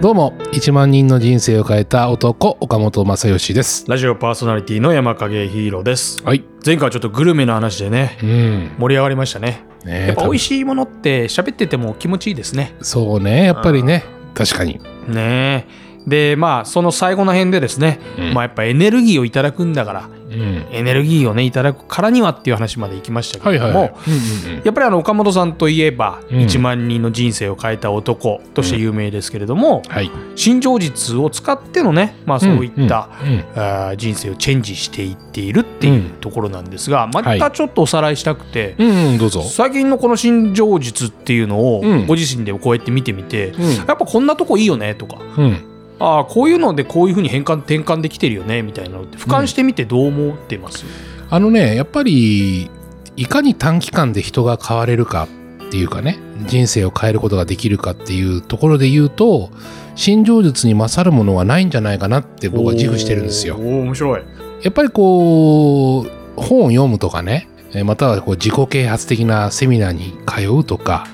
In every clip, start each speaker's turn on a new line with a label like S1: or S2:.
S1: どうも1万人の人生を変えた男岡本正義です
S2: ラジオパーソナリティの山影ヒーローです。
S1: はい
S2: 前回はちょっとグルメの話でね、
S1: うんね
S2: 盛り上がりましたね。
S1: え
S2: やっぱ美味
S1: し
S2: しいものって喋ってても気持ちいいですね。
S1: いそうねやっぱりね確かに、
S2: ねえ。で、まあ、その最後の辺でですね、
S1: うん
S2: まあやっぱエネルギーをいただくんだから、
S1: うん、
S2: エネルギーをね、いただくからにはっていう話まで行きましたけ
S1: はい
S2: れど
S1: はい
S2: も、
S1: はいうんうんうん
S2: やっぱりあの岡本さんといえば、
S1: うん
S2: 1万人の人生を変えた男として有名ですけれども、
S1: はい
S2: 新情実を使ってのね、まあ、そういった、
S1: うんうん
S2: あー人生をチェンジしていっているっていうところなんですが、またちょっとおさらいしたくて、
S1: うんうんどうぞ
S2: 最近のこの新情実っていうのを
S1: うん
S2: ご自身でこうやって見てみて、
S1: うん
S2: やっぱこんなとこいいよねとか
S1: うん
S2: ああこういうのでこういうふうに変換転換できてるよねみたいなのって俯瞰してみてどう思ってます、
S1: あのねやっぱりいかに短期間で人が変われるかっていうかね人生を変えることができるかっていうところで言うと心情術に勝るものはないんじゃないかなって僕は自負してるんですよ
S2: お。ー面白い。
S1: やっぱりこう本を読むとかねえーまたはこう自己啓発的なセミナーに通うとか、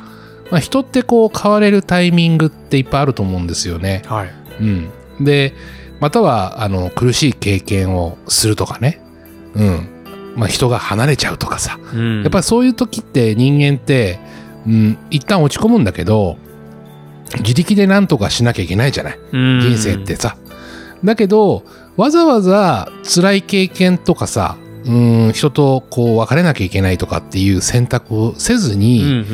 S1: まあ、人ってこう変われるタイミングっていっぱいあると思うんですよね。
S2: はい。
S1: うん、でまたはあの苦しい経験をするとかね、うんまあ、人が離れちゃうとかさ
S2: うん
S1: やっぱりそういう時って人間って、うん、一旦落ち込むんだけど自力で何とかしなきゃいけないじゃない。
S2: うん
S1: 人生ってさ。だけど、わざわざ辛い経験とかさ、うん、人とこう別れなきゃいけないとかっていう選択をせず
S2: うん
S1: に、
S2: うん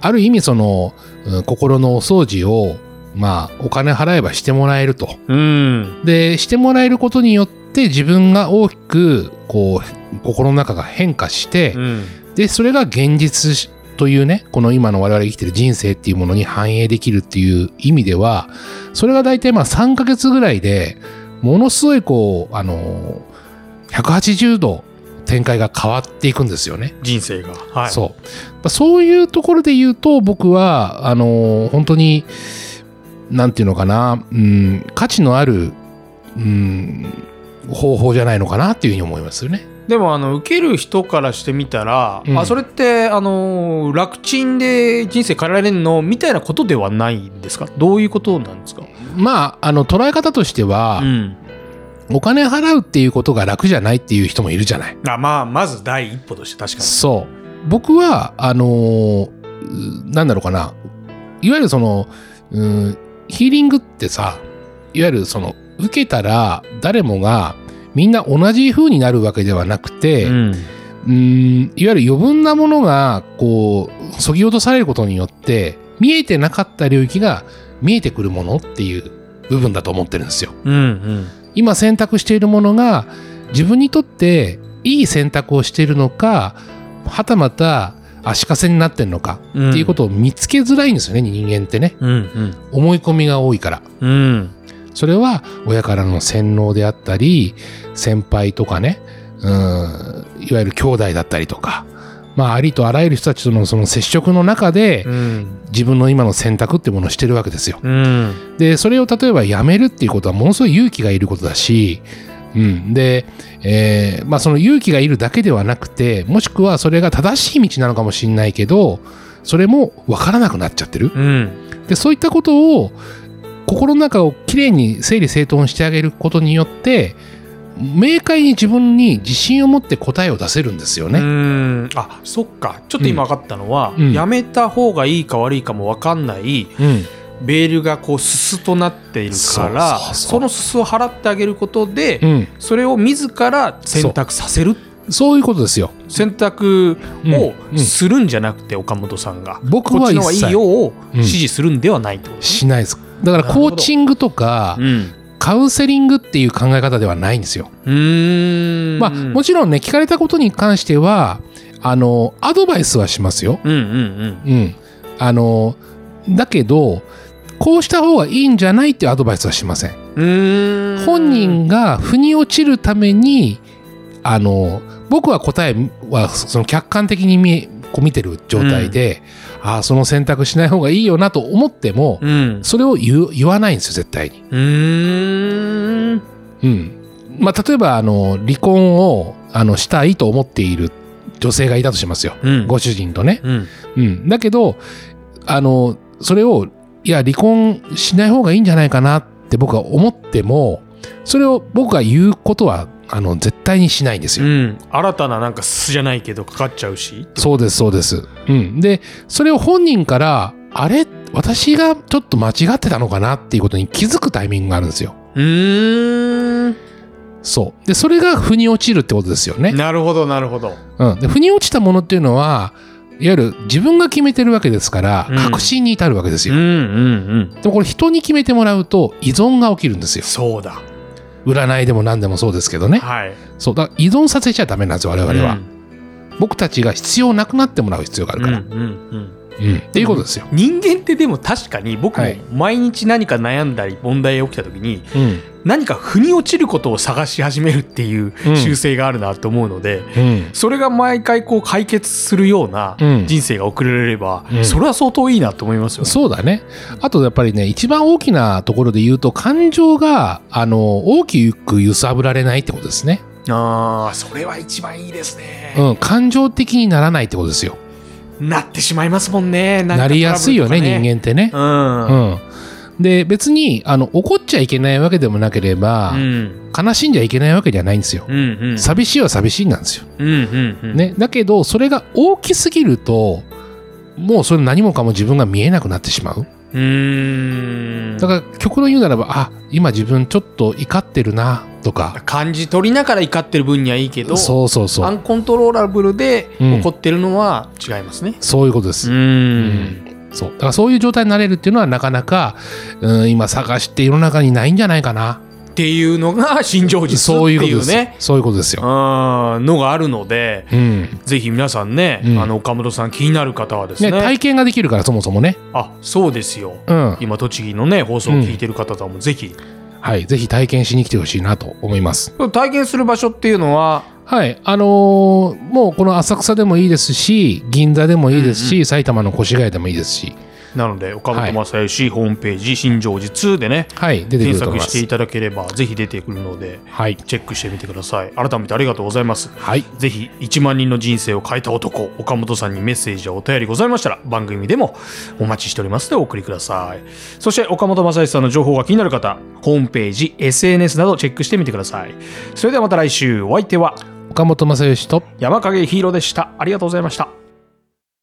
S1: ある意味その、うん心のお掃除を、まあ、お金払えばしてもらえると。
S2: うん
S1: で、してもらえることによって自分が大きく、こう、心の中が変化して、
S2: うん
S1: で、それが現実というね、この今の我々生きてる人生っていうものに反映できるっていう意味では、それが大体まあ3ヶ月ぐらいで、ものすごいこう、あのー、180度展開が変わっていくんですよね。
S2: 人生が。はい。
S1: そう。まあそういうところで言うと、僕は、あのー、本当に、なんていうのかな、うん、価値のある、うん、方法じゃないのかなっていうふうに思いますよね。
S2: でもあの受ける人からしてみたら、
S1: うん
S2: あそれってあのー楽ちんで人生変えられんのみたいなことではないんですかどういうことなんですか、
S1: まあ、あの、捉え方としては、
S2: うん、
S1: お金払うっていうことが楽じゃないっていう人もいるじゃない。
S2: あまあまず第一歩として確か
S1: そう。僕は、あのーうなんだろうかな。いわゆるその、うん、ヒーリングってさ、いわゆるその、受けたら誰もがみんな同じ風になるわけではなくて、
S2: に。
S1: うん、いわゆる余分なものが、こう、削ぎ落とされることによって、見えてなかった領域が見えてくるものっていう部分だと思ってるんですよ。
S2: うんうん
S1: 今選択しているものが自分にとっていい選択をしているのかはたまた足かせになってるのか
S2: うん、
S1: っていうことを見つけづらいんですよね、人間ってね
S2: うんうん
S1: 思い込みが多いから
S2: うん
S1: それは親からの洗脳であったり先輩とかねうんいわゆる兄弟だったりとか、まあ、ありとあらゆる人たちとのその接触の中で
S2: うん
S1: 自分の今の選択ってものをしてるわけですよ
S2: うん
S1: で、それを例えばやめるっていうことはものすごい勇気がいることだし、うん。で、えーまあその勇気がいるだけではなくて、もしくはそれが正しい道なのかもしれないけど、それもわからなくなっちゃってる。
S2: うん
S1: で、そういったことを、心の中をきれいに整理整頓してあげることによって、明快に自分に自信を持って答えを出せるんですよ
S2: う
S1: ね。
S2: んあそっかちょっと今分かったのは、
S1: うん
S2: やめた方がいいか悪いかも分かんない
S1: うん。
S2: ベールがこうすすとなっているか
S1: そうそう
S2: ら
S1: そう
S2: そのすすを払ってあげることで、
S1: うん。
S2: それを自ら選択させる
S1: そういうことですよ。
S2: 選択
S1: う
S2: を
S1: ん
S2: するんじゃなくて、岡本さんが
S1: 僕
S2: こっ
S1: は一
S2: ちの方がいい
S1: 切
S2: よを
S1: うん
S2: 指示するんではないってことです
S1: しないです。だからコーチングとか、
S2: ね。
S1: カウンセリングっていう考え方ではないんですよ。
S2: うん、うーん
S1: まあ、もちろんね、聞かれたことに関しては、あの、アドバイスはしますよ。
S2: うんうん
S1: うん。あの、だけど、こうした方がいいんじゃないっていうアドバイスはしません。
S2: うんうーん
S1: 本人が腑に落ちるために、あの、僕は答えは、その客観的に見えこう見てる状態で、ああ、その選択しない方がいいよなと思っても、
S2: うん
S1: それを言う言わないんですよ、絶対に。
S2: うーん
S1: うん。まあ、例えば、あの、離婚を、あの、したいと思っている女性がいたとしますよ。
S2: うん
S1: ご主人とね。
S2: うん
S1: うん。だけど、あの、それをいや、離婚しない方がいいんじゃないかなって僕は思っても、それを僕が言うことは、あの、絶対にしないんです
S2: う
S1: よ。
S2: ん、新たななんか素じゃないけどかかっちゃうし
S1: そうです、そうです。うん。で、それを本人から、あれ私がちょっと間違ってたのかなっていうことに気づくタイミングがあるんですよ。
S2: うーん
S1: そう。で、それが腑に落ちるってことですよね。
S2: なるほどなるほど
S1: うん、で腑に落ちたものっていうのはいわゆる自分が決めてるわけですから
S2: うん
S1: 確信に至るわけです
S2: うん
S1: よ、
S2: うんうん
S1: でもこれ人に決めてもらうと依存が起きるんですよ
S2: そうだ
S1: 占いでも何でもそうですけどね
S2: はい
S1: そうだから依存させちゃダメなんですよ我々は、
S2: うん
S1: 僕たちが必要なくなってもらう必要があるから、
S2: うんうんうん
S1: うんっていうことですよ、
S2: 人間ってでも確かに僕も
S1: はい
S2: 毎日何か悩んだり問題が起きた時に
S1: うん
S2: 何か腑に落ちることを探し始めるっていう
S1: うん
S2: 習性があるなと思うので、
S1: うん
S2: それが毎回こう解決するような
S1: うん
S2: 人生が送れれば、
S1: うん
S2: それは相当いいなと思いますよね。
S1: そうだねあとやっぱりね一番大きなところで言うと感情があの大きく揺さぶられないってことですね、
S2: ああそれは一番いいですね、
S1: うん、感情的にならないってことですよ
S2: なってしまいますもんねな
S1: なりやすいよね人間ってね、
S2: 間うん、
S1: うん、で別にあの怒っちゃいけないわけでもなければ、
S2: うん
S1: 悲しんじゃいけないわけじゃないんですよ
S2: う。んうん
S1: 寂しいは寂しいなんですよ。
S2: うんうんうん
S1: ね、だけどそれが大きすぎるともうそれ何もかも自分が見えなくなってしまう。
S2: うーん
S1: だから極論言うならばあ今自分ちょっと怒ってるなとか
S2: 感じ取りながら怒ってる分にはいいけど
S1: そうそうそ
S2: ア
S1: う
S2: ンコントローラブルで
S1: うん
S2: 怒ってるのは違いますね。
S1: そういうことです。
S2: ん
S1: そうだからそういう状態になれるっていうのはなかなか、うん、今探して世の中にないんじゃないかな
S2: っていうのが新情実って
S1: そういうこ
S2: い
S1: とで
S2: う
S1: す
S2: ね
S1: そういうことですよ。
S2: あーのがあるので
S1: うん
S2: ぜひ皆さんね、
S1: うん
S2: あの岡室さん気になる方はですね
S1: ね、体験ができるからそもそもね。
S2: あそうですよ
S1: うん、
S2: 今栃木のね放送を聞いてる方々もぜひ、
S1: はい、ぜひ体験しに来てほしいなと思います。
S2: 体験する場所っていうのは
S1: はい、あのーもうこの浅草でもいいですし、銀座でもいいですし、
S2: うん
S1: 埼玉の越谷でもいいですし、
S2: なので岡本正義ホームページ「新常時2」でね
S1: はい、出てく
S2: 検
S1: ると思い
S2: 索
S1: ま
S2: して
S1: す
S2: い。ただければぜひ出てくるので
S1: はい、
S2: チェックしてみてください改めてありがとうございます
S1: はい、
S2: ぜひ1万人の人生を変えた男岡本さんにメッセージやお便りございましたら番組でもお待ちしておりますのでお送りくださいそして岡本正義さんの情報が気になる方ホームページ SNS などチェックしてみてくださいそれではまた来週お相手は
S1: 岡本正義と
S2: 山影ヒーローでしたありがとうございました